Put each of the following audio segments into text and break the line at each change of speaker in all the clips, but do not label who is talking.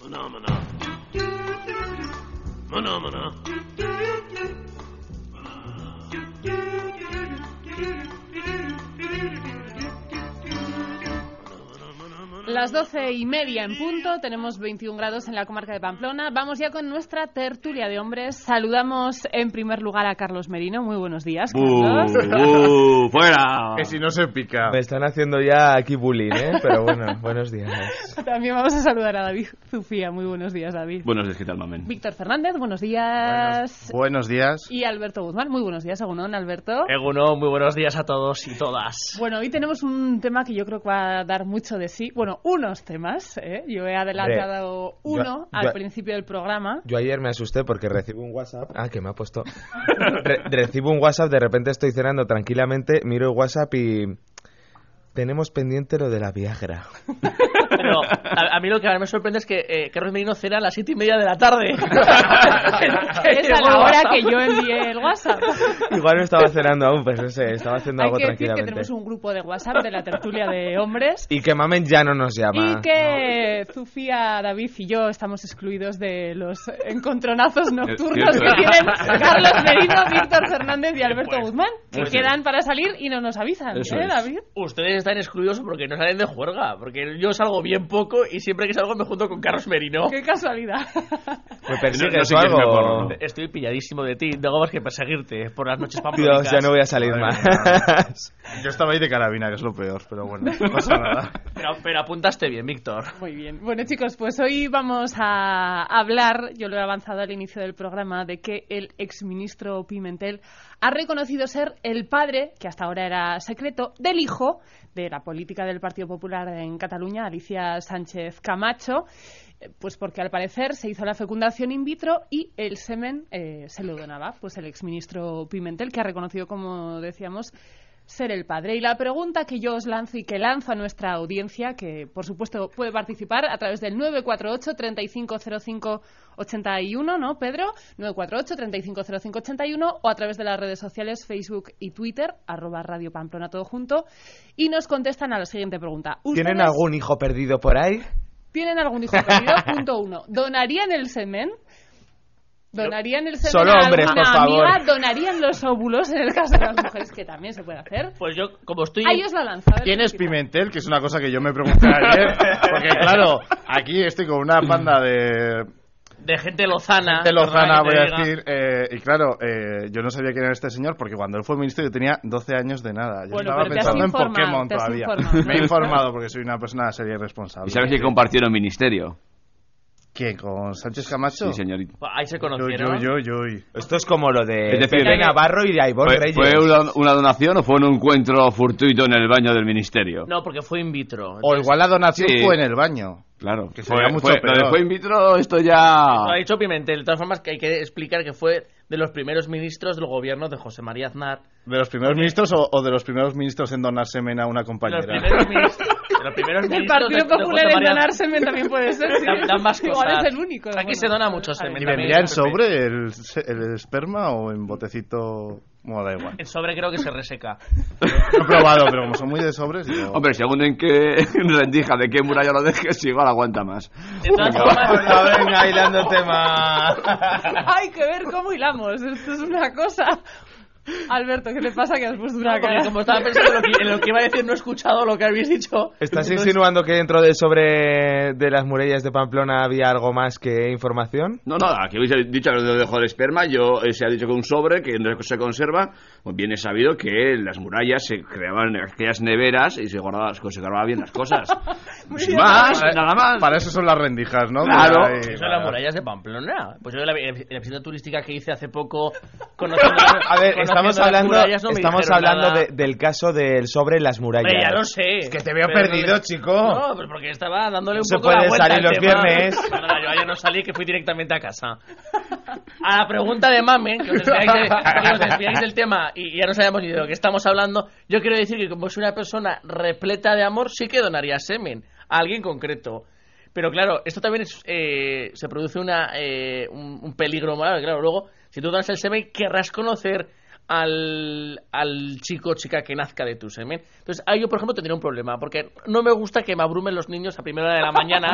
Maná, maná. Maná, maná.
Las doce y media en punto, tenemos 21 grados en la comarca de Pamplona. Vamos ya con nuestra tertulia de hombres. Saludamos en primer lugar a Carlos Merino. Muy buenos días, Carlos.
¡Bu! ¡Bu! ¡Fuera!
Que si no se pica.
Me están haciendo ya aquí bullying, ¿eh? Pero bueno, buenos días.
También vamos a saludar a David Zufía. Muy buenos días, David.
Buenos días, ¿qué tal, mamen?
Víctor Fernández, buenos días.
Buenos días.
Y Alberto Guzmán, muy buenos días, Agunón, Alberto.
Eguno, muy buenos días a todos y todas.
Bueno, hoy tenemos un tema que yo creo que va a dar mucho de sí. Bueno, unos temas. ¿eh? Yo he adelantado
Hombre,
uno
yo-
al
yo-
principio del programa.
Yo ayer me asusté porque recibo un WhatsApp. Ah, que me ha puesto. Re- recibo un WhatsApp, de repente estoy cenando tranquilamente, miro el WhatsApp y. Tenemos pendiente lo de la Viagra.
Pero a, a mí lo que más me sorprende es que eh, Carlos Merino cena a las siete y media de la tarde.
es a la hora que yo envié el WhatsApp.
Igual no estaba cenando aún, pues no sé, estaba haciendo
Hay
algo
que decir que
tranquilamente.
tenemos un grupo de WhatsApp de la tertulia de hombres.
Y que mamen ya no nos llama.
Y que Zufía, David y yo estamos excluidos de los encontronazos nocturnos
cierto.
que tienen Carlos Merino, Víctor Fernández y Alberto Guzmán, que
pues sí.
quedan para salir y no nos avisan,
Eso
¿eh,
es.
David?
Ustedes están excluidos porque no salen de juerga. Porque yo salgo bien poco y siempre que salgo me junto con Carlos Merino.
¡Qué casualidad!
¿Me
No- no
persigues
sé
o
quién es
algo?
mejor, ¿no?
Estoy pilladísimo de ti. No hago más que perseguirte por las noches pamplónicas.
Dios, ya no voy a salir más.
Yo estaba ahí de carabina, que es lo peor, pero bueno, no pasa nada.
Pero, pero apuntaste bien, Víctor.
Muy bien. Bueno, chicos, pues hoy vamos a hablar, yo lo he avanzado al inicio del programa, de que el exministro Pimentel ha reconocido ser el padre, que hasta ahora era secreto, del hijo de la política del Partido Popular en Cataluña, Alicia Sánchez Camacho, eh, pues porque al parecer se hizo la fecundación in vitro y el semen eh, se lo donaba pues el exministro Pimentel, que ha reconocido, como decíamos, ser el padre. Y la pregunta que yo os lanzo y que lanzo a nuestra audiencia, que por supuesto puede participar a través del 948-3505-81, ¿no, Pedro? 948-3505-81 o a través de las redes sociales Facebook y Twitter, arroba Radio Pamplona todo junto, y nos contestan a la siguiente pregunta.
¿Tienen
¿Ustedes
algún hijo perdido por ahí?
¿Tienen algún hijo perdido? Punto uno. ¿Donarían el semen? ¿Donarían el semen
Solo
a
hombres,
alguna
por favor.
amiga? ¿Donarían los óvulos en el caso de las mujeres, que también se puede hacer?
Pues yo, como estoy.
Ahí os la lanzo. a ver
¿Quién
qué
es
opináis.
Pimentel? Que es una cosa que yo me pregunté ayer. Porque claro, aquí estoy con una panda de,
De gente lozana.
de
perdona
Lozana,
que
voy
te
a
diga.
decir. eh, y claro, eh, yo no sabía quién era este señor porque cuando él fue ministro yo tenía 12 años de nada. Yo
Bueno,
estaba
pero te has
pensando en
informado,
Pokémon
te has
todavía.
informado.
Me he informado porque soy una persona seria y responsable.
¿Y sabes que compartieron ministerio?
¿Quién? ¿Con Sánchez Camacho?
Sí, señorita.
pues Ahí se
Uy,
conocieron.
uy, uy, uy.
Esto es como lo de
Es decir,
Pepe Navarro y de Ivonne
¿Fue,
Reyes.
fue una, una donación o fue un encuentro fortuito en el baño del ministerio?
No, porque fue in
Pues
vitro.
O igual la donación
Sí.
fue en el baño.
Claro.
Que
fue,
sería mucho
fue-
peor.
Lo de fue in vitro, esto ya...
Ah.
Lo ha dicho Pimentel. De todas formas, que hay que explicar que fue de los primeros ministros del gobierno de José María Aznar.
¿De los primeros ministros o, o de los primeros ministros en donar semen a una
Pues
De los
compañera?
primeros ministros. De los primeros
El
ministros
Partido
de- de
Popular
José
en
María-
donar semen también puede ser. sí.
Dan- dan más
Igual
cosas.
es el único.
Aquí se dona mucho semen.
¿Y
a ver.
vendría en sobre el, se- el esperma o en botecito? Bueno, da igual.
El sobre creo que se reseca.
No he probado, pero como son muy de sobres, digo,
Hombre, según en qué rendija, de qué muralla lo dejes, igual aguanta más.
De todas formas,
Pues venga, hilando tema.
Hay que ver cómo hilamos. Esto es una cosa. Alberto, ¿qué te pasa que has puesto una
porque
cara?
como estaba pensando en lo, que, en lo que iba a decir, no he escuchado lo que habéis dicho.
¿Estás insinuando que dentro de sobre de las murallas de Pamplona había algo más que información?
No, nada, que hubiese dicho que lo dejó el esperma, yo eh, se ha dicho que un sobre que no se conserva, pues bien es sabido que en las murallas se creaban aquellas neveras y se guardaba, se conservaba bien las cosas.
Muy
Sin
bien.
más,
Para-
nada más.
Para eso son las rendijas, ¿no?
Claro.
Ahí,
Eso de
para-
las murallas de Pamplona. Pues yo en la, en la visita turística que hice hace poco, conociendo las-
A ver,
conociendo
estamos
las
hablando,
murallas, no me
estamos
dijeron
hablando
nada.
de- del caso del sobre las murallas.
Hombre, ya lo sé.
Es que te veo
Pero no
perdido,
le-
chico.
No, pues porque estaba dándole un
Se
poco la
puede
vuelta
salir
al
los
tema.
viernes.
No, no, yo ayer no salí, que fui directamente a casa. A la pregunta de Mamen, que os desviáis, de- que os desviáis del tema y y ya no sabemos ni de lo que estamos hablando, yo quiero decir que como soy una persona repleta de amor, sí que donaría semen a alguien concreto. Pero claro, esto también es, eh, se produce una, eh, un, un peligro moral. Claro, luego, si tú donas el semen, querrás conocer al, al chico o chica que nazca de tu semen. Entonces, ahí yo, por ejemplo, tendría un problema, porque no me gusta que me abrumen los niños a primera hora de la mañana.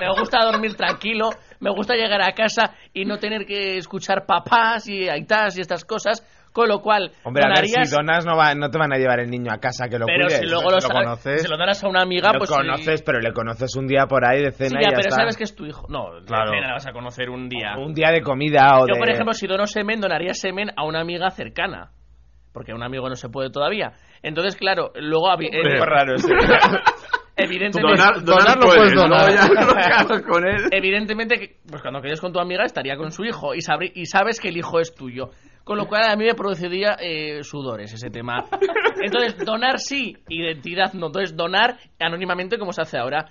me gusta dormir tranquilo, me gusta llegar a casa y no tener que escuchar papás y aitas y estas cosas. Con lo cual,
Hombre, a ver,
donarías-
si donas no, va- no te van a llevar el niño a casa que lo
pero
cuides.
si luego lo, sa-
conoces,
se lo donas a una amiga,
lo
pues sí.
conoces, pero le conoces un día por ahí de
Sí,
cena
ya,
y ya
pero
está.
sabes que es tu hijo. No,
Claro.
claro. la vas a conocer un día.
Un día de comida o
Yo,
de...
por ejemplo, si dono semen, donaría semen a una amiga cercana. Porque a un amigo no se puede todavía. Entonces, claro, luego... habi- eh,
Qué raro ese.
evidentemente...
Donar, donar,
donar no
puedes,
puedes donar.
¿no? Ya no cagas con él.
Eh,
Evidentemente, que, pues cuando quedes con tu amiga estaría con su hijo y, sabrí- y sabes que el hijo es tuyo. Con lo cual a mí me produciría eh, sudores ese tema. Entonces, donar sí, identidad no. Entonces, donar anónimamente como se hace ahora.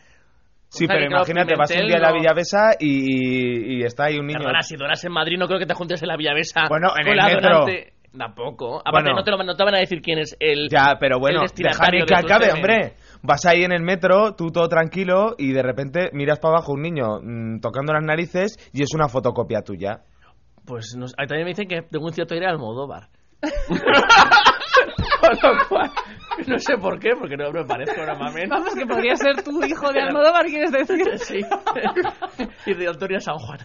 Sí,
Cosa que,
pero
claro,
imagínate, vas un
Pimentel
día a la
no-
Villavesa y, y- y está ahí un niño.
Perdona, si donas en Madrid no creo que te juntes en la Villavesa
Bueno, en
con
el
la
metro.
donante. Tampoco. Aparte,
Bueno.
no, te lo, no te van a decir quién es el...
Ya, pero bueno,
el destinatario
déjame
de
que
tu
acabe,
semen.
hombre. Vas ahí en el metro, tú todo tranquilo, y de repente miras para abajo un niño mm, tocando las narices y es una fotocopia tuya.
Pues no sé, ahí también me dicen que tengo un cierto aire al Almodóvar. Con lo cual, no sé por qué, porque no me parezco ahora mamen.
Vamos, que podría ser tu hijo de Almodóvar, quieres decir.
Sí. y de Antonio San Juan.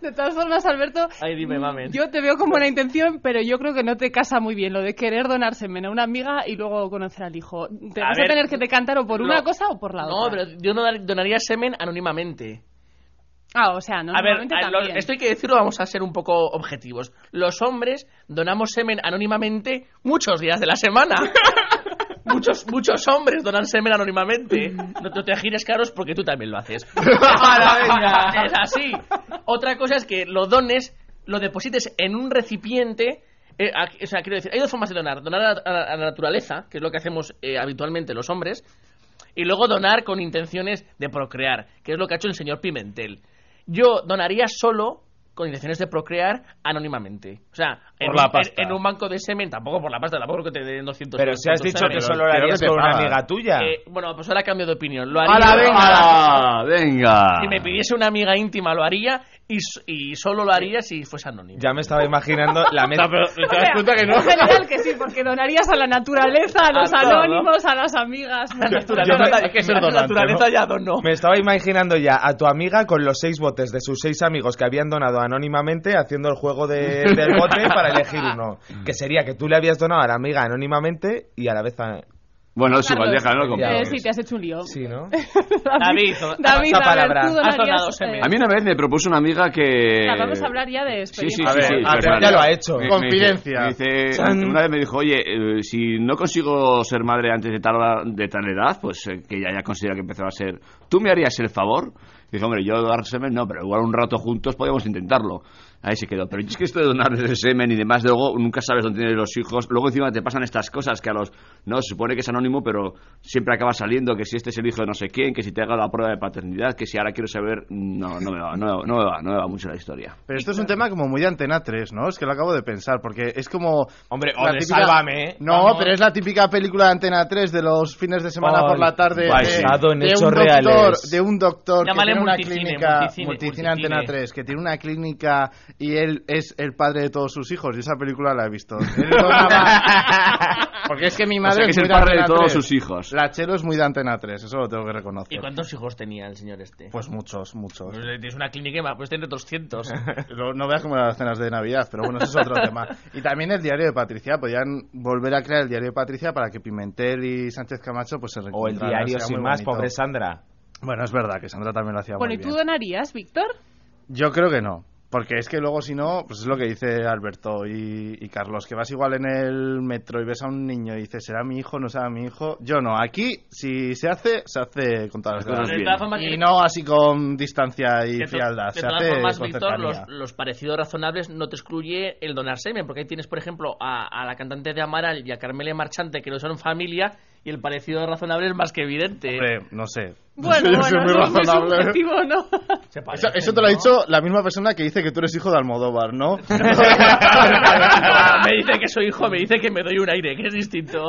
De todas formas, Alberto,
Ay, dime, mamen.
yo te veo con buena intención, pero yo creo que no te casa muy bien lo de querer donar semen a una amiga y luego conocer al hijo. Te
A
vas a
ver,
tener que te cantar o por
no.
una cosa o por la
no,
otra.
pero yo no dar- donaría semen anónimamente.
Ah, o sea, no.
A ver, a los- esto hay que decirlo, vamos a ser un poco objetivos. Los hombres donamos semen anónimamente muchos días de la semana. Muchos, muchos hombres donan semen anónimamente. No, no te gires caros porque tú también lo haces.
Maravilla.
Es así. Otra cosa es que lo dones, lo deposites en un recipiente. eh, a- o sea, quiero decir, hay dos formas de donar. Donar a, a- a la naturaleza, que es lo que hacemos eh, habitualmente los hombres, y luego donar con intenciones de procrear, que es lo que ha hecho el señor Pimentel. Yo donaría solo con intenciones de procrear anónimamente. O sea, en,
Por la
un, en-
pasta.
en un banco de semen, tampoco por la pasta, tampoco que te den 200
Pero si has
200
dicho que
semen.
solo lo
creo que
harías
te
con una
pagan.
amiga tuya.
pues Eh, bueno, pues ahora cambio de opinión. Lo haría.
¡Hala, venga! ¡Venga!
Si me pidiese una amiga íntima, lo haría y, s- y solo lo haría si fuese anónimo.
Ya me estaba imaginando la mezcla.
¿Te das cuenta que no?
En general que sí, porque donarías a la naturaleza, a los
A todo, ¿no?
anónimos, a las amigas.
La
Yo
naturaleza,
me-
la-
hay que ser
la
donante,
naturaleza
¿no?
ya donó.
Me estaba imaginando ya a tu amiga con los seis botes de sus seis amigos que habían donado anónimamente haciendo el juego de- del bote para elegir uno. Que sería que tú le habías donado a la amiga anónimamente y a la vez a...
Bueno, es igual,
Carlos,
déjalo
eh,
comprar.
sí, te has hecho un lío.
Sí, ¿no?
David,
David,
esta
a ver,
palabra.
tú
Has
donarías,
donado semen.
eh,
A mí una vez me propuso una amiga que...
Ah, vamos a hablar ya de
Sí, sí, sí, sí,
experiencias.
A ver,
sí,
a ver,
Fernando.
ya lo ha hecho.
Me- me
Confidencia.
dice- me dice-
Chan.
una vez me dijo, oye, eh, si no consigo ser madre antes de tal, de tal edad, pues eh, que ya, ya considera que empezaba a ser... ¿Tú me harías el favor? Y dije, hombre, yo dar semen no, pero igual un rato juntos podíamos intentarlo. Ahí se quedó. Pero es que esto de donarles el semen y demás, luego nunca sabes dónde tienes los hijos. Luego encima te pasan estas cosas que a los... No, se supone que es anónimo, pero siempre acaba saliendo que si este es el hijo de no sé quién, que si te haga la prueba de paternidad, que si ahora quiero saber... No, no me va, no, no me va, no me va mucho la historia.
Pero esto es un tema como muy de Antena 3, ¿no? Es que lo acabo de pensar, porque es como...
Hombre,
la
o de Sálvame, ¿eh?
No,
Vamos.
pero es la típica película de Antena 3 de los fines de semana
Ay,
por la tarde. de-
basado en
de,
hechos
un doctor,
reales.
de un doctor que
Llámale
tiene una
multicine,
clínica...
multicine, multicine.
Antena 3, que tiene una clínica y él es el padre de todos sus hijos. Yo esa película la he visto. Él donaba- porque es que mi madre
o sea, que es
muy
el padre de
Antena
todos
3.
sus hijos.
La Chelo es muy de Antena 3, eso lo tengo que
¿Y
reconocer.
cuántos hijos tenía el señor este?
Pues muchos, muchos.
Pues, eh, Tienes una clínica y me puedes tener 200.
Lo- No veas como las cenas de Navidad, pero bueno, eso es otro tema. Y también el diario de Patricia, podrían volver a crear el diario de Patricia para que Pimentel y Sánchez Camacho pues se
O el
reencontraran.
diario
Sería
sin
muy
más,
bonito.
pobre Sandra.
Bueno, es verdad que Sandra también lo hacía
Bueno,
muy
¿y tú
bien.
donarías, Víctor?
Yo creo que no. Porque es que luego, si no, pues es lo que dice Alberto y, y Carlos, que vas igual en el metro y ves a un niño y dices, ¿será mi hijo? ¿No será mi hijo? Yo no. Aquí, si se hace, se hace con todas las
Las
ganas.
cosas bien.
eh,
Y no así con distancia y
de to-
frialdad.
de
Se
todas
hace
formas,
con
Víctor,
cercanía.
los, los parecidos razonables no te excluye el donar semen, porque ahí tienes, por ejemplo, a, a la cantante de Amaral y a Carmele Marchante, que no son familia, y el parecido razonable es más que evidente.
Hombre, no sé.
Bueno,
Yo soy
bueno, no es
muy
muy
razonable.
subjetivo, ¿no?
Se
Eso,
parecen,
eso te lo ha
¿no?
dicho la misma persona que dice que tú eres hijo de Almodóvar, ¿no?
me dice que soy hijo, me dice que me doy un aire, que es distinto.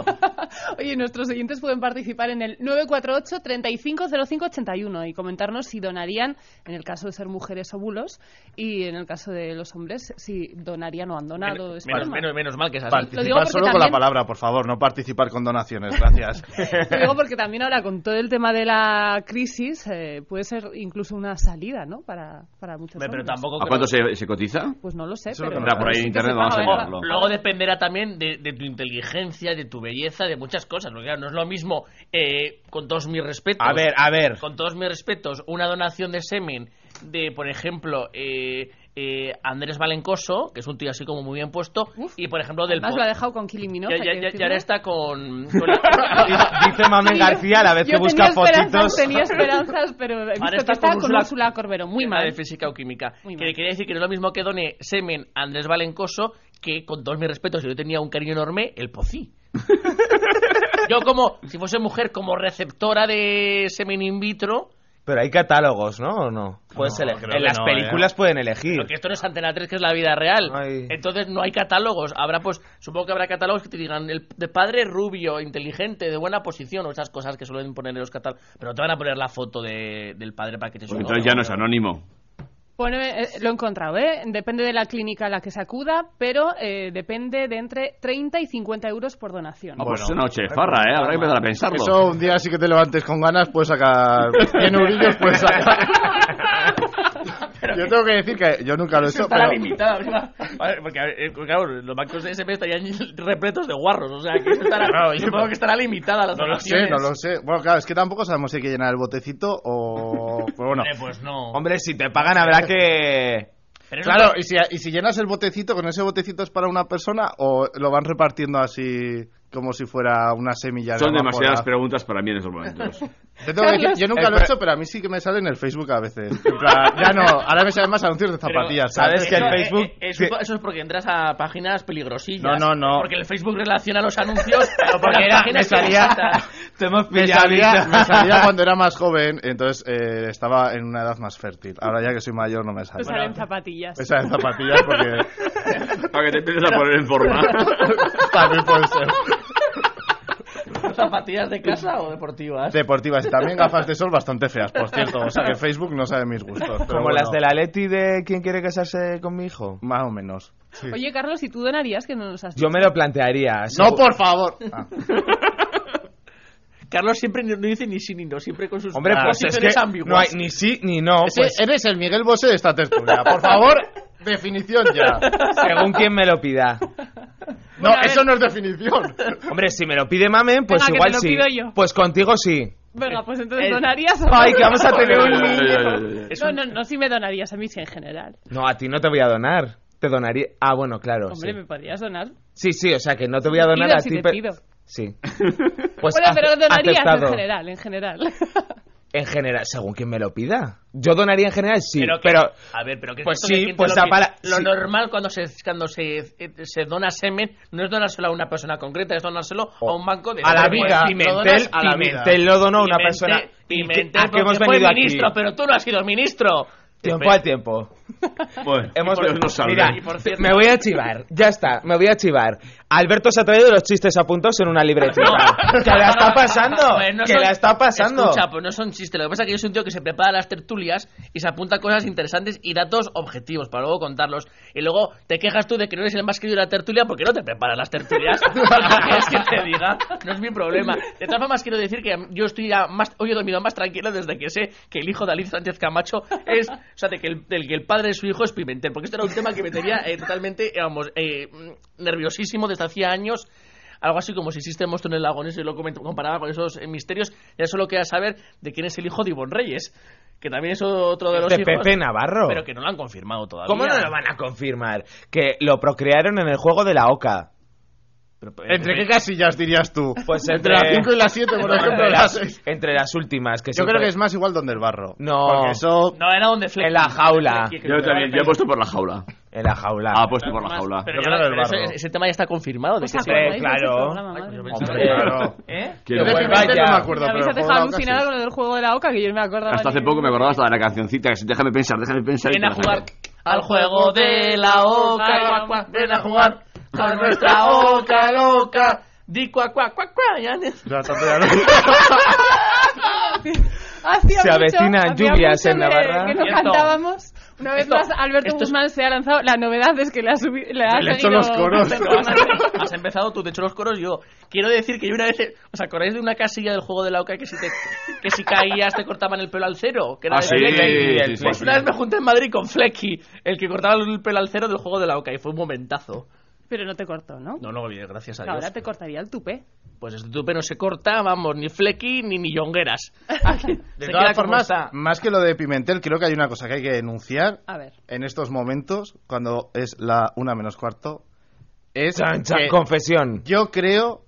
Oye, nuestros oyentes pueden participar en el 948-350581 y comentarnos si donarían, en el caso de ser mujeres o bulos, y en el caso de los hombres, si donarían o han donado.
menos,
esperma.
menos, menos- menos mal que es así.
Lo digo porque
Participar solo con la
también-
palabra, por favor, no participar con donaciones, gracias.
Lo digo porque también ahora con todo el tema de la crisis eh, puede ser incluso una salida, ¿no? Para, para muchos
Hombre, Pero
hombres.
tampoco
¿A
creo-
cuánto se, se cotiza?
Pues no lo sé,
Eso es lo
pero...
que me da por ahí
sí
en
que
internet,
se
vamos a
paga, ¿eh?
mirarlo.
Luego dependerá también de, de tu inteligencia, de tu belleza, de muchas cosas. Porque claro, no es lo mismo, eh, con todos mis respetos.
A ver, a ver.
Con todos mis respetos, una donación de semen de, por ejemplo, eh, eh, Andrés Valencoso, que es un tío así como muy bien puesto,
Uf.
y por ejemplo del.
Además
po-
lo ha dejado con Kylie Minogue.
ya,
hay
ya-
que decirlo.
ya- ya ahora está con. con la-
Dice Mamen García a la vez
Yo
que busca
tenía esperanzas,
fotitos.
Tenía esperanzas, pero he visto
Ahora
que
está
está
con
con
Úrsula-
Úrsula, Corberó. Muy
tema de
mal.
física o química.
Muy
que
mal.
quería decir que no es lo mismo que done semen a Andrés Valencoso que, con todos mis respetos, yo tenía un cariño enorme, el pocí. yo como, si fuese mujer, como receptora de semen in vitro,
Pero hay catálogos, ¿no? ¿O no? eh. Puedes
No,
elegir.
Pues creo
En
que
Pues las
no, ¿eh?
películas pueden elegir.
Porque esto no es Antena 3, que es la vida real.
Ay.
Entonces no hay catálogos. Habrá, pues, supongo que habrá catálogos que te digan el de padre rubio, inteligente, de buena posición, o esas cosas que suelen poner en los catálogos. Pero no te van a poner la foto de- del padre para que
Pues
te
Porque
suene.
entonces ya no es anónimo.
Poneme- eh, lo he encontrado, ¿eh? Depende de la clínica a la que se acuda, pero eh, depende de entre 30 y 50 euros por donación.
Ah, pues es una noche de farra, ¿eh? Habrá que empezar a pensarlo.
Eso un día sí que te levantes con ganas, puedes sacar 100 eurillos, puedes sacar. Yo tengo que decir que yo nunca lo he hecho,
Está la
pero...
limitada, ¿verdad? A ver, Porque, eh, claro, los bancos de SP estarían repletos de guarros. O sea, que esto estará,
Claro, yo-
supongo que estará limitada las
No lo sé,
donaciones.
no lo sé. Bueno, claro, es que tampoco sabemos si hay que llenar el botecito o... Pues bueno.
Eh, pues no.
Hombre, si te pagan habrá que...
Pero es un
Claro, y si, y si llenas el botecito, ¿con ese botecito es para una persona o lo van repartiendo así como si fuera una semilla de
Son
amapola?
demasiadas preguntas para mí en estos momentos.
Yo, tengo que decir, yo nunca lo he
Espera.
hecho, pero a mí sí que me sale en el Facebook a veces. En plan, ya no, ahora me salen más anuncios de zapatillas.
Pero, ¿sabes
¿sabes?
que el
Eso,
Facebook
eh, eh, eso,
te-
eso es porque entras a páginas peligrosillas.
No, no, no.
Porque el Facebook relaciona los anuncios con
porque
las
era-
páginas
me salía-
peligrosas.
Te hemos
Me
pillado.
salía,
Víctor.
me salía eh, cuando era más joven, entonces eh, estaba en una edad más fértil. Ahora ya que soy mayor no me sale.
Te salen zapatillas.
Me salen zapatillas porque
Para que te empieces a poner en forma.
también puede ser.
¿Zapatillas de casa o deportivas?
Deportivas y también gafas de sol bastante feas, por cierto. O sea que Facebook no sabe mis gustos. pero
Como
bueno,
las de la Leti de ¿Quién quiere casarse con mi hijo?
Más o menos. Sí.
Oye, Carlos, ¿y tú donarías que no nos has
Yo me lo plantearía.
No,
segu-
por favor. Ah.
Carlos siempre no dice ni sí ni no, siempre con sus
Hombre, pues es que
posiciones
no hay
ambiguas.
ni sí ni no.
Ese-
Pues,
eres el Miguel Bosé de esta tertulia. Por favor, definición ya.
según quien me lo pida.
No,
Bueno, a ver.
eso no es definición.
Hombre, si me lo pide Mamen, pues
Venga, que
igual
te lo
sí.
pido yo.
Pues contigo sí.
Venga, pues entonces
El-
donarías.
eh, Ay, que vamos a tener un niño.
niño.
Es
No,
un-
no, no, sí me donarías a mí sí en general.
No, a ti no te voy a donar. Te donaría. Ah, bueno, claro.
Hombre,
sí.
me podrías donar.
sí, sí, o sea que no te voy a
Te
donar
pido,
a
si
ti.
te
pe-
pido.
Sí. Pues
bueno, pero
ace-
donarías
aceptado.
en general, en general.
En general, según quien me lo pida. Yo donaría en general, sí. Pero.
que- a ver, pero que
pues
esto que
sí,
quien te
pues
lo,
la
pide-
pala-
lo
sí.
normal cuando se cuando se, eh, se dona semen no es donárselo a una persona concreta, es donárselo a un banco de
a la
Pues,
vida.
Pimentel-
Pimentel,
a la vida.
Pimentel lo donó a una
Pimentel-
persona. ¿Y qué-
Pimentel,
¿A qué hemos
porque fue
venido aquí?
ministro, pero tú no has sido ministro.
Tiempo al tiempo.
Bueno,
Hemos-
por Dios nos salve.
Mira,
Y por cierto-
me voy a chivar, ya está, me voy a chivar. Alberto se ha traído los chistes apuntados en una libretita. ¡Que la está pasando!
Pues no
¡Que
son-
la está pasando!
Escucha, pues no son chistes. Lo que pasa es que yo soy un tío que se prepara las tertulias y se apunta cosas interesantes y datos objetivos para luego contarlos. Y luego te quejas tú de que no eres el más querido de la tertulia porque no te preparas las tertulias. es que te diga, no es mi problema. De todas formas, quiero decir que yo estoy ya más, hoy he dormido más tranquilo desde que sé que el hijo de Aliz Sánchez Camacho es, o sea, de que el, del que el padre de su hijo es Pimentel. Porque esto era un tema que me tenía eh, totalmente, eh, vamos, eh, mm, nerviosísimo desde hacía años algo así como si existe monstruo en el lago Ness, y lo coment- comparaba con esos eh, misterios, ya solo queda saber de quién es el hijo de Ivonne Reyes, que también es otro de los
de
hijos,
Pepe Navarro.
pero que no lo han confirmado todavía.
¿Cómo no lo van a confirmar? Que lo procrearon en el juego de la OCA.
Pero, pero-
¿Entre qué casillas dirías tú?
Pues
entre,
entre-
las 5 y las 7, por ejemplo.
entre,
las
las,
seis.
entre las últimas. Que
Yo creo
siempre-
que es más igual donde el barro.
No.
Porque eso...
No, era donde Fleck.
En la jaula.
Yo también, yo he puesto por la jaula.
En la jaula.
pues,
Ah, puesto por la jaula.
Pero,
Yo
ya-
creo que
pero
el
eso-
barro.
ese tema ya está confirmado. De
Pues
que sí.
acordáis
acuerdo.
de ese
claro.
programa, madre mía.
Hombre,
claro.
¿Eh?
Que
Yo
no-
de repente
vaya.
no me acuerdo,
Me habéis
pero
dejado
el juego de la
alucinada
ocasión.
con el juego de la oca que yo no me acordaba.
Hasta
ni-
hace poco me acordaba hasta de la cancioncita que se déjame pensar, déjame pensar. y
Ven a
te la
jugar
saco.
al juego de la oca.
Ay,
guac, guac, Ven a jugar con nuestra boca loca. Di cuac, cuac, cuac, cuac. Ya ne-
Ya, tanto ya no.
Hacía
Se
mucho-
avecinan
hacía
lluvias
mucho
en
que-
Navarra.
Que no
Cierto.
cantábamos. Una vez
Esto-
más, Alberto
esto es-
Guzmán se ha lanzado. La novedad es que le ha subido. Le ha
Le he hecho
seguido-
los coros.
Has, empe- has empezado tú, te he hecho los coros yo. Quiero decir que yo una vez, ¿os acordáis de una casilla del juego de la OCA que si, te, que si caías te cortaban el pelo al cero? Que era
Ah,
de
sí,
Flecky?
sí, sí,
Pues
sí.
una vez me junté en Madrid con Flecky, el que cortaba el pelo al cero del juego de la OCA, y fue un momentazo.
Pero no te cortó, ¿no?
No, no, bien, gracias a Dios.
Ahora te cortaría el tupé.
Pues este tupe no se corta, vamos, ni Flecky ni ni Jongueras.
De
Se
todas
queda con
formas,
masa.
más que lo de Pimentel, creo que hay una cosa que hay que denunciar
A ver.
en estos momentos, cuando es la una menos cuarto, es
Chan, chan,
que
confesión.
yo creo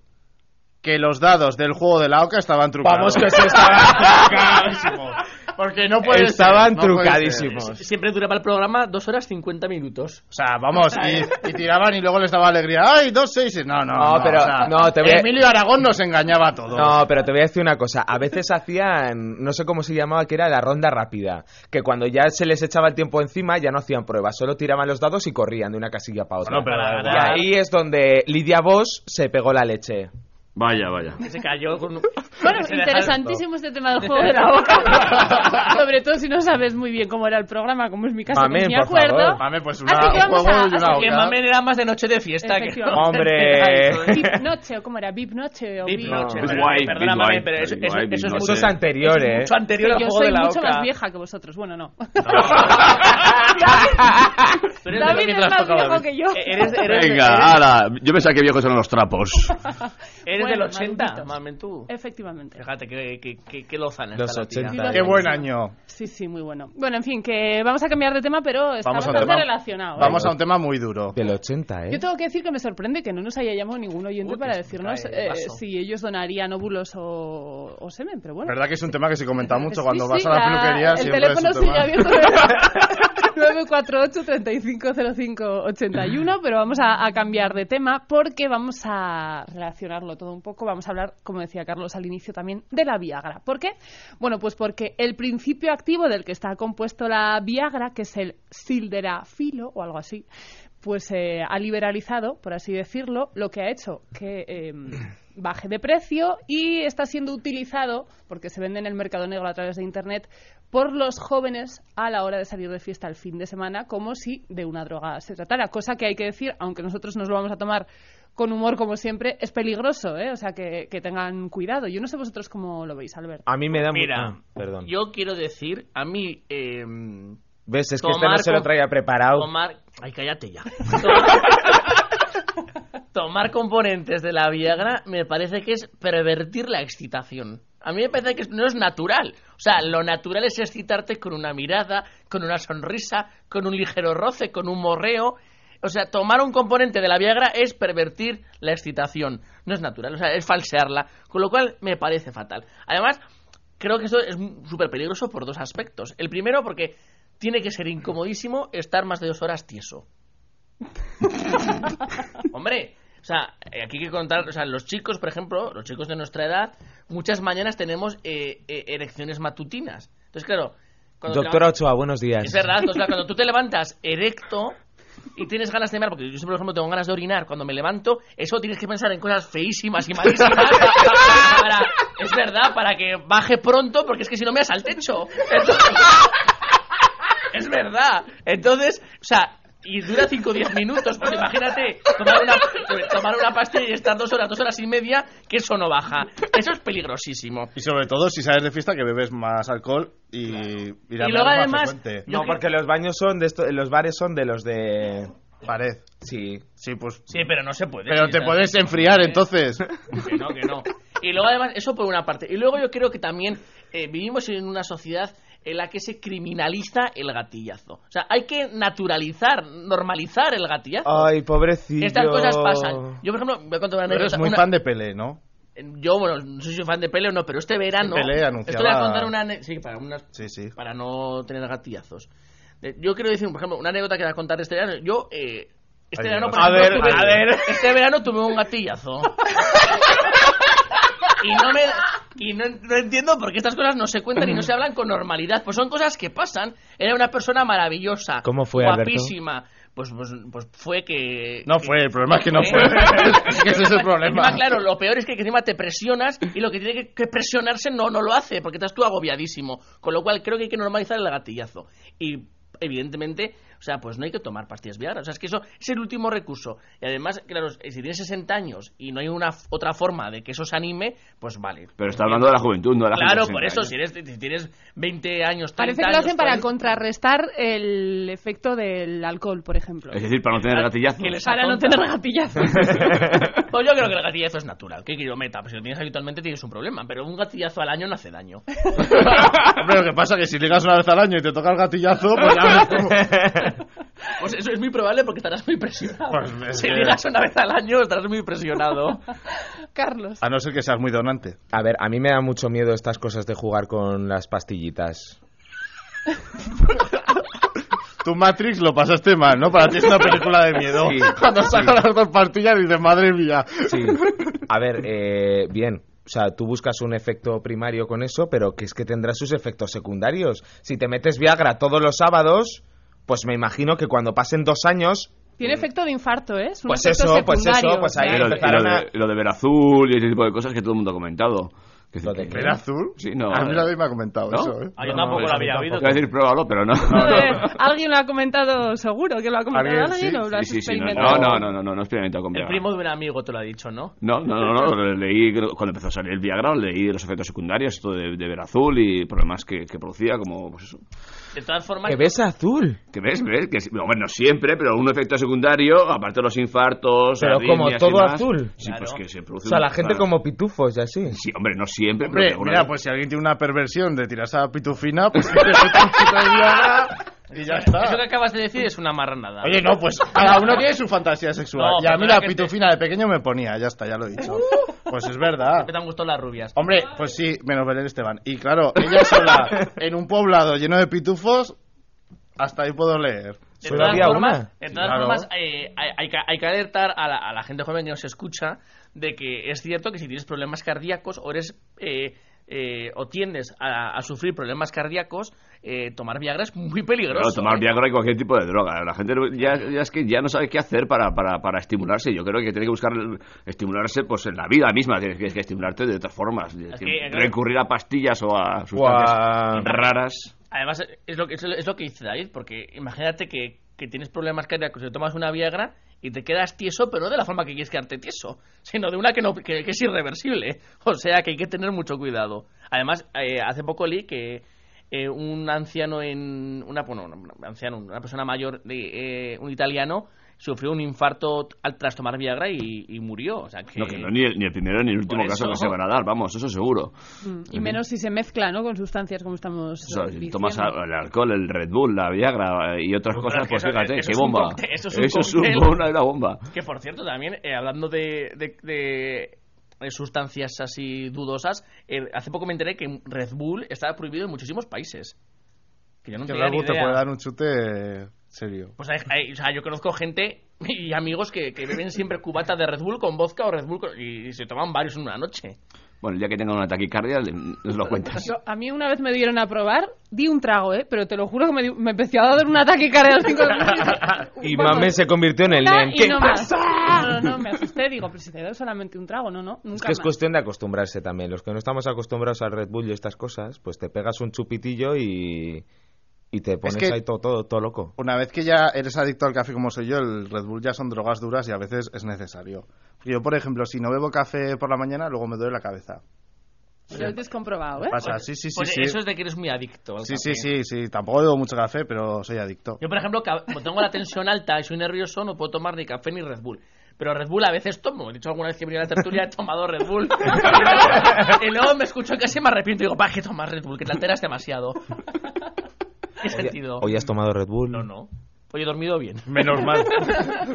que los dados del juego de la OCA estaban trucados.
se
Porque no puede
Estaban
no puede
eh,
trucadísimos.
ser. Siempre duraba el programa dos horas 50 minutos.
O sea, vamos, y, y tiraban y luego les daba alegría. ¡Ay, dos seis! No, no,
No,
no.
pero-
o sea,
no, te voy a-
Emilio Aragón nos engañaba a todos.
No, pero te voy a decir una cosa. A veces hacían, no sé cómo se llamaba, que era la ronda rápida. Que cuando ya se les echaba el tiempo encima, ya no hacían pruebas. Solo tiraban los dados y corrían de una casilla para otra.
Bueno, pero da
y
igual.
ahí es donde Lidia Vos se pegó la leche.
Vaya, vaya.
Que se cayó con...
Bueno,
que se dejaron-
interesantísimo este tema del juego de la boca. Sobre todo si no sabes muy bien cómo era el programa, como es mi caso, que
Mamen,
ni me
por
acuerdo.
favor,
Mame, pues una,
Así que
un
vamos
juego
a- así
y
Ah,
una
Que
oca.
mamen era más de noche de fiesta. Que
Efectivamente.
¿eh?
Hombre.
Bip Noche, o cómo era, Bip Noche o
Deep
Bip-
Noche.
Big
Perdona,
White,
perdona,
Big
mamen,
White,
pero eso,
Big
eso-
White,
eso
Big
es
Eso
Noche.
mucho,
es anterior,
eso es
¿eh?
mucho anterior
Pero
al
yo
juego de
soy
la
mucho
Oca.
más vieja que vosotros. Bueno, no.
Tú eres de
David
los
es más
tocaba,
viejo
David.
que yo.
Eh, Eres, eres-
Venga, ala. Yo pensaba que viejos eran los trapos.
eres del
Bueno,
80,
malditos. Eh,
mamen tú.
Efectivamente.
Fíjate que, que, que, que lozana
Los ¿eh?
está la tía.
80.
Qué buen año.
Sí, sí, muy bueno. Bueno, en fin, que vamos a cambiar de tema, pero está
Vamos a un
bastante
tema-
relacionado. ¿eh?
Vamos a un tema muy duro.
Del 80,
Yo
¿eh?
tengo que decir que me sorprende que no nos haya llamado ningún oyente
Uy,
pues
para
que se me
decirnos
cae el
eh,
vaso.
si ellos donarían óvulos o, o semen, pero bueno.
verdad que es un tema que se comenta mucho
Sí,
cuando
sí,
vas a la peluquería.
El
siempre
teléfono
es un
sigue
tema.
abierto. 948-3505-81, pero vamos a, a cambiar de tema porque vamos a relacionarlo todo un poco. Vamos a hablar, como decía Carlos al inicio también, de la Viagra. ¿Por qué? Bueno, pues porque el principio activo del que está compuesto la Viagra, que es el silderafilo o algo así, pues eh, ha liberalizado, por así decirlo, lo que ha hecho que eh, baje de precio y está siendo utilizado, porque se vende en el mercado negro a través de Internet, por los jóvenes a la hora de salir de fiesta el fin de semana, como si de una droga se tratara. Cosa que hay que decir, aunque nosotros nos lo vamos a tomar con humor como siempre, es peligroso, ¿eh? O sea, que, que tengan cuidado. Yo no sé vosotros cómo lo veis, Albert.
A mí me da mu-
Mira,
Ah, perdón.
yo quiero decir, a mí... em,
¿Ves? Es que este
Tomar
no se lo
con-
traía preparado.
Tomar. Ay, cállate ya. Tomar- Tomar componentes de la Viagra me parece que es pervertir la excitación. A mí me parece que no es natural. O sea, lo natural es excitarte con una mirada, con una sonrisa, con un ligero roce, con un morreo. O sea, tomar un componente de la Viagra es pervertir la excitación. No es natural, o sea, es falsearla. Con lo cual, me parece fatal. Además, creo que esto es m- súper peligroso por dos aspectos. El primero, porque tiene que ser incomodísimo estar más de dos horas tieso. Hombre, o sea, eh, aquí hay que contar, o sea, los chicos, por ejemplo, los chicos de nuestra edad, muchas mañanas tenemos eh, eh, erecciones matutinas. Entonces, claro, cuando te
Doctora Ochoa, buenos días.
es verdad, o sea, cuando tú te levantas erecto y tienes ganas de mear, porque yo siempre, por ejemplo, tengo ganas de orinar cuando me levanto, eso tienes que pensar en cosas feísimas y malísimas. para- es verdad, para que baje pronto, porque es que si no me das al techo. Entonces- es verdad. Entonces, o sea, y dura 5 o 10 minutos, pues imagínate tomar una, tomar una pastilla y estar dos horas, dos horas y media, que eso no baja. Eso es peligrosísimo.
Y sobre todo si sales de fiesta que bebes más alcohol y, y la
Y luego,
más
además,
frecuente.
yo
No,
que-
porque los baños son de esto- los bares son de los de...
Pared.
Sí.
Sí, pues.
Sí, pero no se puede.
Pero
sí,
te
está-
puedes enfriar entonces.
Que no, que no. Y luego, además, eso por una parte. Y luego yo creo que también eh, vivimos en una sociedad en la que se criminaliza el gatillazo. O sea, hay que naturalizar, normalizar el gatillazo.
Ah,
Ay, pobrecillo.
Estas cosas pasan. Yo, por ejemplo, voy a contar una
Pero eres
anécdota-
muy
una-
fan de Pelé, ¿no?
Yo, bueno, no sé si soy fan de Pele o no, pero este verano...
Pelé
Esto voy a
anunciaba-
contar una... ane- Sí, para unas
Sí, sí.
para no tener gatillazos. De- Yo quiero decir, por ejemplo, una anécdota que voy a contar de este verano. Yo, eh, este
Ay,
verano,
Dios.
por
A
ejemplo,
ver,
tuve-
a ver.
Este verano tuve un gatillazo. y no me. Y no, no entiendo por qué estas cosas no se cuentan y no se hablan con normalidad. Pues son cosas que pasan. Era una persona maravillosa.
¿Cómo fue, Alberto?
Guapísima. pues, pues, pues fue que...
No fue, el problema es que no fue. es que ese es el problema.
Encima, claro, lo peor es que, que encima te presionas y lo que tiene que, que presionarse no, no lo hace, porque estás tú agobiadísimo. Con lo cual creo que hay que normalizar el gatillazo. Y evidentemente, o sea, pues no hay que tomar pastillas Viagra. O sea, es que eso es el último recurso. Y además, claro, si tienes 60 años y no hay una f- otra forma de que eso se anime, pues vale.
Pero está hablando de la juventud, no de la gente
Claro,
de
por
60
eso,
años.
si, eres, si tienes 20 años, 30
Parece que lo hacen
años, pues-
para
40,
contrarrestar el efecto del alcohol, por ejemplo.
Es decir, para no tener gatillazo.
que les
Para no
atonta.
tener gatillazo.
Pues yo creo que el gatillazo es natural. ¿Qué quiero meta? Pues si lo tienes habitualmente tienes un problema, pero un gatillazo al año no hace daño.
Pero lo que pasa es que si ligas una vez al año y te toca el gatillazo, pues ya ves cómo-
Pues eso es muy probable porque estarás muy presionado.
Pues es
si
que-
ligas una vez al año estarás muy presionado.
Carlos.
A no ser que seas muy donante.
A ver, a mí me da mucho miedo estas cosas de jugar con las pastillitas.
Tu Matrix lo pasaste mal, ¿no? Para ti es una película de miedo.
Sí,
Cuando sacan las dos pastillas dices, madre mía.
Sí. A ver, eh, bien. O sea, tú buscas un efecto primario con eso, pero que es que tendrá sus efectos secundarios. Si te metes Viagra todos los sábados, pues me imagino que cuando pasen dos años,
Tiene efecto de infarto, ¿eh? Es un
Pues
efecto
eso, pues eso,
secundario,
pues ahí
¿eh?
Y lo, y
empezaron
lo
a-
de, lo de Verazul y ese tipo de cosas que todo el mundo ha comentado. Que-
Lo de
que-
¿Era azul?
Sí, no.
A mí nadie me ha comentado
¿No?
eso, ¿eh?
Ah, yo tampoco
no,
lo había
yo
oído.
tampoco.
Iba a decir, pruébalo, pero no.
A ver, alguien lo ha comentado seguro, que lo ha comentado
Alguien,
alguien,
sí.
o lo has
Sí, sí, sí, no,
experimentado.
no, no, no, no, no, no he experimentado con
El
Viagra.
primo de un amigo te lo ha dicho, ¿no?
No, no, no, no, lo leí cuando empezó a salir el Viagra, leí los efectos secundarios, esto de, de Verazul y problemas que, que producía, como pues eso.
De todas formas,
que ves azul.
Que ves, ves, que sí, bueno, no siempre, pero un efecto secundario, aparte de los infartos,
Pero
arritmias
como
y
todo
demás,
azul.
Sí,
Claro.
pues que se
O
produce.
sea,
una-
la gente
claro.
como pitufos y así.
Sí, hombre, no siempre, pero
Hombre,
que alguna
mira,
vez-
pues si alguien tiene una perversión de tirarse a pitufina, pues que le meta un poquito de Viagra y ya está.
eso que acabas de decir es una marranada.
Oye, no, pues cada uno tiene su fantasía
No,
sexual. y a mí
perdona
la
que
pitufina de pequeño me ponía, ya está, ya lo he dicho. Pues es verdad.
Siempre te han gustado las rubias.
Hombre, pues sí, menos Belén Esteban. Y claro, ella sola, en un poblado lleno de pitufos, hasta ahí puedo leer.
De
Solo
todas
había
formas,
una.
de todas
Claro.
formas, eh, hay, hay que, hay que alertar a la, a la gente joven que nos escucha de que es cierto que si tienes problemas cardíacos o eres eh, eh, o tiendes a, a sufrir problemas cardíacos, eh, tomar Viagra es muy peligroso.
Claro, tomar
¿eh?
Viagra y cualquier tipo de droga. eh. La gente ya, ya es que ya no sabe qué hacer para, para, para estimularse. Yo creo que tiene que buscar el- estimularse pues en la vida misma. Tienes que, que estimularte de otras formas. Es decir,
que, claro.
recurrir a pastillas o a
O
sustancias
a-
raras.
Además, es lo, que, es lo- es lo que dice David, porque imagínate que, que tienes problemas cardíacos y tomas una Viagra y te quedas tieso, pero no de la forma que quieres quedarte tieso, sino de una que, no, que, que es irreversible. O sea que hay que tener mucho cuidado. Además, eh, hace poco leí que eh, un anciano en. Una, bueno, un anciano, una persona mayor, de, eh, un italiano, sufrió un infarto al tras tomar Viagra y, y murió. O sea que.
No, que no, ni, el, ni el primero ni el último
Por
caso
eso.
que se van a dar. Vamos, eso seguro.
Mm, Y menos si se mezcla, ¿no? Con sustancias como estamos
O sea, si
diciendo.
tomas ¿eh? a- el alcohol, el Red Bull, la Viagra eh, y otras
Pero
cosas,
es que
pues
eso-
fíjate,
eso
qué
es un
bomba.
cóctel, eso es un
Eso es un
cóctel.
una, una bomba.
Que por cierto, también, eh, hablando de, de- de, eh, sustancias así dudosas, eh, hace poco me enteré que Red Bull está prohibido en muchísimos países. Que yo no
Que
tenía ni
luego te
idea.
puede dar un chute serio.
Pues hay- hay- o sea, yo conozco gente y amigos que, que beben siempre cubata de Red Bull con vodka o Red Bull con- y, se toman varios en una noche.
Bueno, ya que tengan una taquicardia, le- nos lo cuentas.
Yo- a mí una vez me dieron a probar, di un trago, ¿eh? Pero te lo juro que me, di- me empezó a dar un ataque cardíaco.
Y mame se convirtió en el
Una
nen.
y
¿Qué
no más.
pasa?
No, no, no, me asusté. Digo, pero si te doy solamente un trago, no, no, nunca
Es que es
más.
cuestión de acostumbrarse también. Los que no estamos acostumbrados al Red Bull y estas cosas, pues te pegas un chupitillo y, y te pones
que-
ahí todo, todo, todo loco.
Una vez que ya eres adicto al café como soy yo, el Red Bull ya son drogas duras y a veces es necesario. Yo, por ejemplo, si no bebo café por la mañana, luego me duele la cabeza.
Lo he descomprobado, ¿eh?
Pasa, sí, sí, sí,
Pues
sí.
eso es de que eres muy adicto. al
Sí, sí,
café.
sí, sí. Tampoco bebo mucho café, pero soy adicto.
Yo, por ejemplo, ca- como tengo la tensión alta y soy nervioso, no puedo tomar ni café ni Red Bull. Pero Red Bull a veces tomo. He dicho alguna vez que he venido a la tertulia, he tomado Red Bull. y luego me escucho casi me arrepiento y digo, ¿para qué tomar Red Bull? Que te alteras demasiado. ¿Qué sentido?
Hoy has tomado Red Bull.
No, no. Hoy he dormido bien.
Menos mal.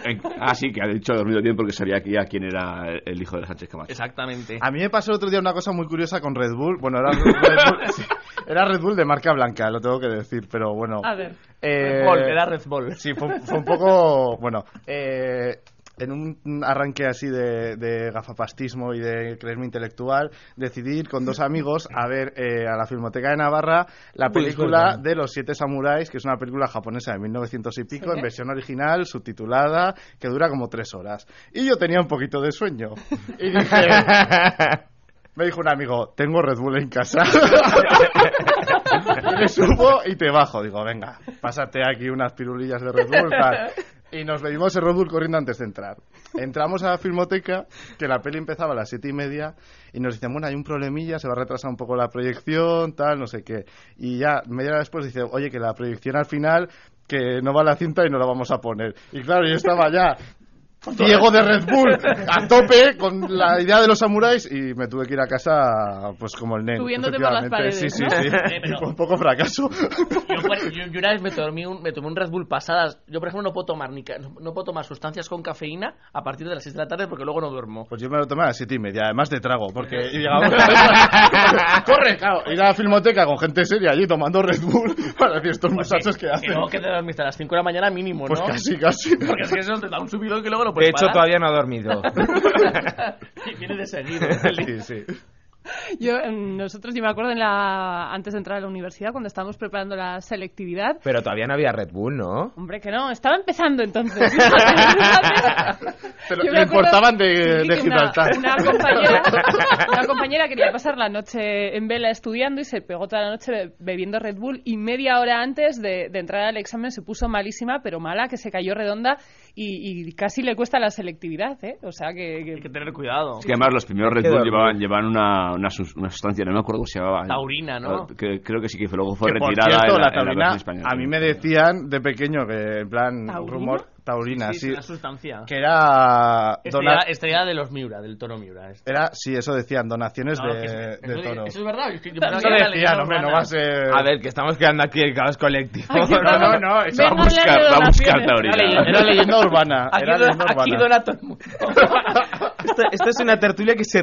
Eh, Ah, sí, que ha dicho dormido bien porque sabía que ya quién era el- el hijo de Sánchez Camacho.
Exactamente.
A mí me pasó el otro día una cosa muy curiosa con Red Bull. Bueno, era Red Bull, sí. era Red Bull de marca blanca, lo tengo que decir, pero
Ah,
bueno.
A ver.
Eh,
Red Bull, era Red Bull.
Sí, fue, fue un poco. Bueno, eh, en un arranque así de, de gafapastismo y de creerme intelectual, decidí ir con dos amigos a ver eh, a la Filmoteca de Navarra la
Uy, es
película
verdad.
de Los Siete Samuráis, que es una película japonesa de 1900 y pico,
Sí.
en versión original, subtitulada, que dura como tres horas. Y yo tenía un poquito de sueño. Y dije, me dijo un amigo, tengo Red Bull en casa. Y le subo y te bajo. Digo, venga, pásate aquí unas pirulillas de Red Bull. tal. Y nos bebimos el Red Bull corriendo antes de entrar. Entramos a la filmoteca, que la peli empezaba a las siete y media, y nos dicen, bueno, hay un problemilla, se va a retrasar un poco la proyección, tal, no sé qué. Y ya media hora después dice, oye, que la proyección al final, que no va la cinta y no la vamos a poner. Y claro, yo estaba ya Diego de Red Bull a tope con la idea de los samuráis y me tuve que ir a casa pues como el negro.
Subiéndote por las
Sí,
paredes,
sí,
¿no?
sí.
Eh, pero-
Y fue un poco fracaso.
Yo, por- yo- yo una vez me, dormí un- me tomé un Red Bull pasadas. Yo, por ejemplo, no puedo tomar ni ca- no, no puedo tomar sustancias con cafeína a partir de las 6 de la tarde porque luego no duermo.
Pues yo me lo tomé a las siete y media, además de trago, porque llegaba... Corre, claro, ir a la filmoteca con gente seria allí tomando Red Bull para decir estos
Pues
muchachos que
Que
hacen.
luego que te dormiste a las 5 de la mañana mínimo,
Pues
¿no?
casi, casi.
Porque es que eso te da un subidón que luego no
De
puedes
hecho,
parar.
todavía no ha dormido.
Y viene de seguido. ¿eh?
Sí, sí.
Yo, em, nosotros, yo me acuerdo en la, antes de entrar a la universidad, cuando estábamos preparando la selectividad,
Pero todavía no había Red Bull, ¿no?
Hombre, que no, estaba empezando entonces.
Pero
Yo me
le
acuerdo
importaban de-
que
de
una-
Gibraltar.
Una, compañera, una compañera quería pasar la noche en vela estudiando y se pegó toda la noche be- bebiendo Red Bull y media hora antes de, de entrar al examen se puso malísima, pero mala, que se cayó redonda y, y casi le cuesta la selectividad, ¿eh? O sea que... que-
Hay que tener cuidado.
Es que además los primeros Red
Qué
Bull
dormido.
llevaban, llevaban una, una, sus- una sustancia, no me acuerdo cómo se llamaba.
Taurina, ¿no?
Ah, que- creo que sí, que luego fue
Que, por
retirada
cierto,
en la,
la
en la versión
taurina,
española.
a mí me decían de pequeño que, en plan,
¿Taurina?
rumor, taurina,
Sí,
sí,
es una sustancia.
que era...
Estrella,
donar-
estrella de los Miura, del toro Miura. Es-
Era, sí, eso decían, donaciones
No, que es-
de,
eso-
de toro.
Eso es verdad. es que yo pensaba
Eso
que era
decían,
leyenda
hombre, no
urbana.
va a ser...
A ver, que estamos creando aquí el caos colectivo.
Ay, que
no,
vamos-
no, eso
venga
va a buscar-
hablar de
va a buscar
donaciones.
teoría.
Era leyenda-
Era leyenda urbana.
Aquí,
Era
dona-
leyenda
aquí
urbana.
dona todo el mundo.
Esto, esto es una tertulia que se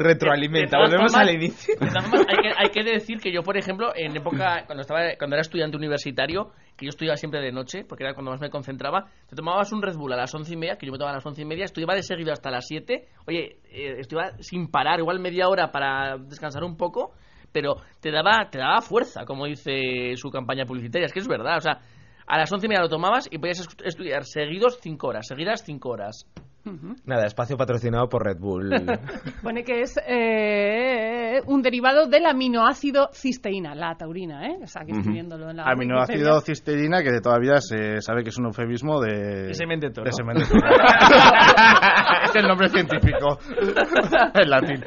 retroalimenta.
De todas
Volvemos
formas-
al inicio.
de todas formas, hay, que, hay que decir que yo, por ejemplo, en época, cuando, estaba, cuando era estudiante universitario, que yo estudiaba siempre de noche, porque era cuando más me concentraba, te tomabas un Red Bull a las once y media, que yo me tomaba a las once y media, estudiaba de seguido hasta las siete, oye, eh, estudiaba sin parar, igual media hora para descansar un poco, pero te daba, te daba fuerza, como dice su campaña publicitaria, es que es verdad, o sea, a las once y media lo tomabas y podías estu- estudiar seguidos cinco horas, seguidas cinco horas.
Nada, espacio patrocinado por Red Bull.
Pone que es eh, un derivado del aminoácido cisteína, la taurina, ¿eh? O sea, que estoy
Ujú.
viéndolo en la...
Aminoácido cisteína, Ah, que de toda vida se sabe que es un eufemismo de...
De semen de toro.
de semen de toro. es el nombre científico. en latín.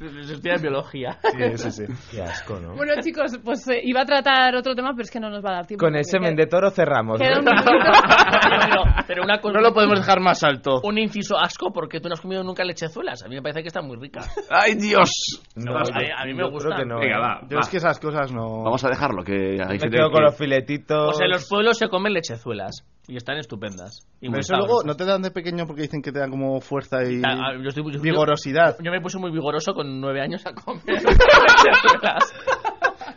Estudias biología.
Sí, sí, sí.
Qué asco, ¿no?
Bueno, chicos, pues eh, iba a tratar otro tema, pero es que no nos va a dar tiempo.
Con el
porque
semen
queda-
de toro cerramos.
Queda un
¿no?
Oye,
minutito.
pero, pero una cosa-
No lo podemos dejar más alto.
Un inciso asco porque tú no has comido nunca lechezuelas. A mí me parece que están muy ricas.
¡Ay, Dios!
No,
No,
yo-
a- a mí me
yo creo
gustan.
que no,
Venga,
¿eh?
va,
Yo
va.
es que esas cosas no...
Vamos a dejarlo, que hay
Me
gente
quedo con
que-
los filetitos.
O sea, en los pueblos se comen lechezuelas y están estupendas. Y
Pero
muy
eso luego
sabrosas.
no te dan de pequeño porque dicen que te dan como fuerza y
Ah, ah, yo estoy- yo-
vigorosidad.
Yo me puse muy vigoroso con nueve años a comer lechezuelas.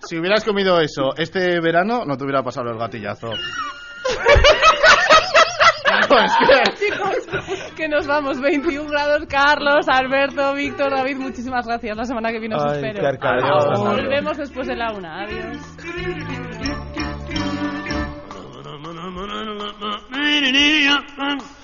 Si hubieras comido eso este verano, no te hubiera pasado el gatillazo. No, es que-
Chicos, que nos vamos. 21 grados, Carlos, Alberto, Víctor, David, muchísimas gracias. La semana que viene os
Ay,
espero.
qué arcade,
Adiós.
hasta luego.
Volvemos después de la una. Adiós.
Thank you.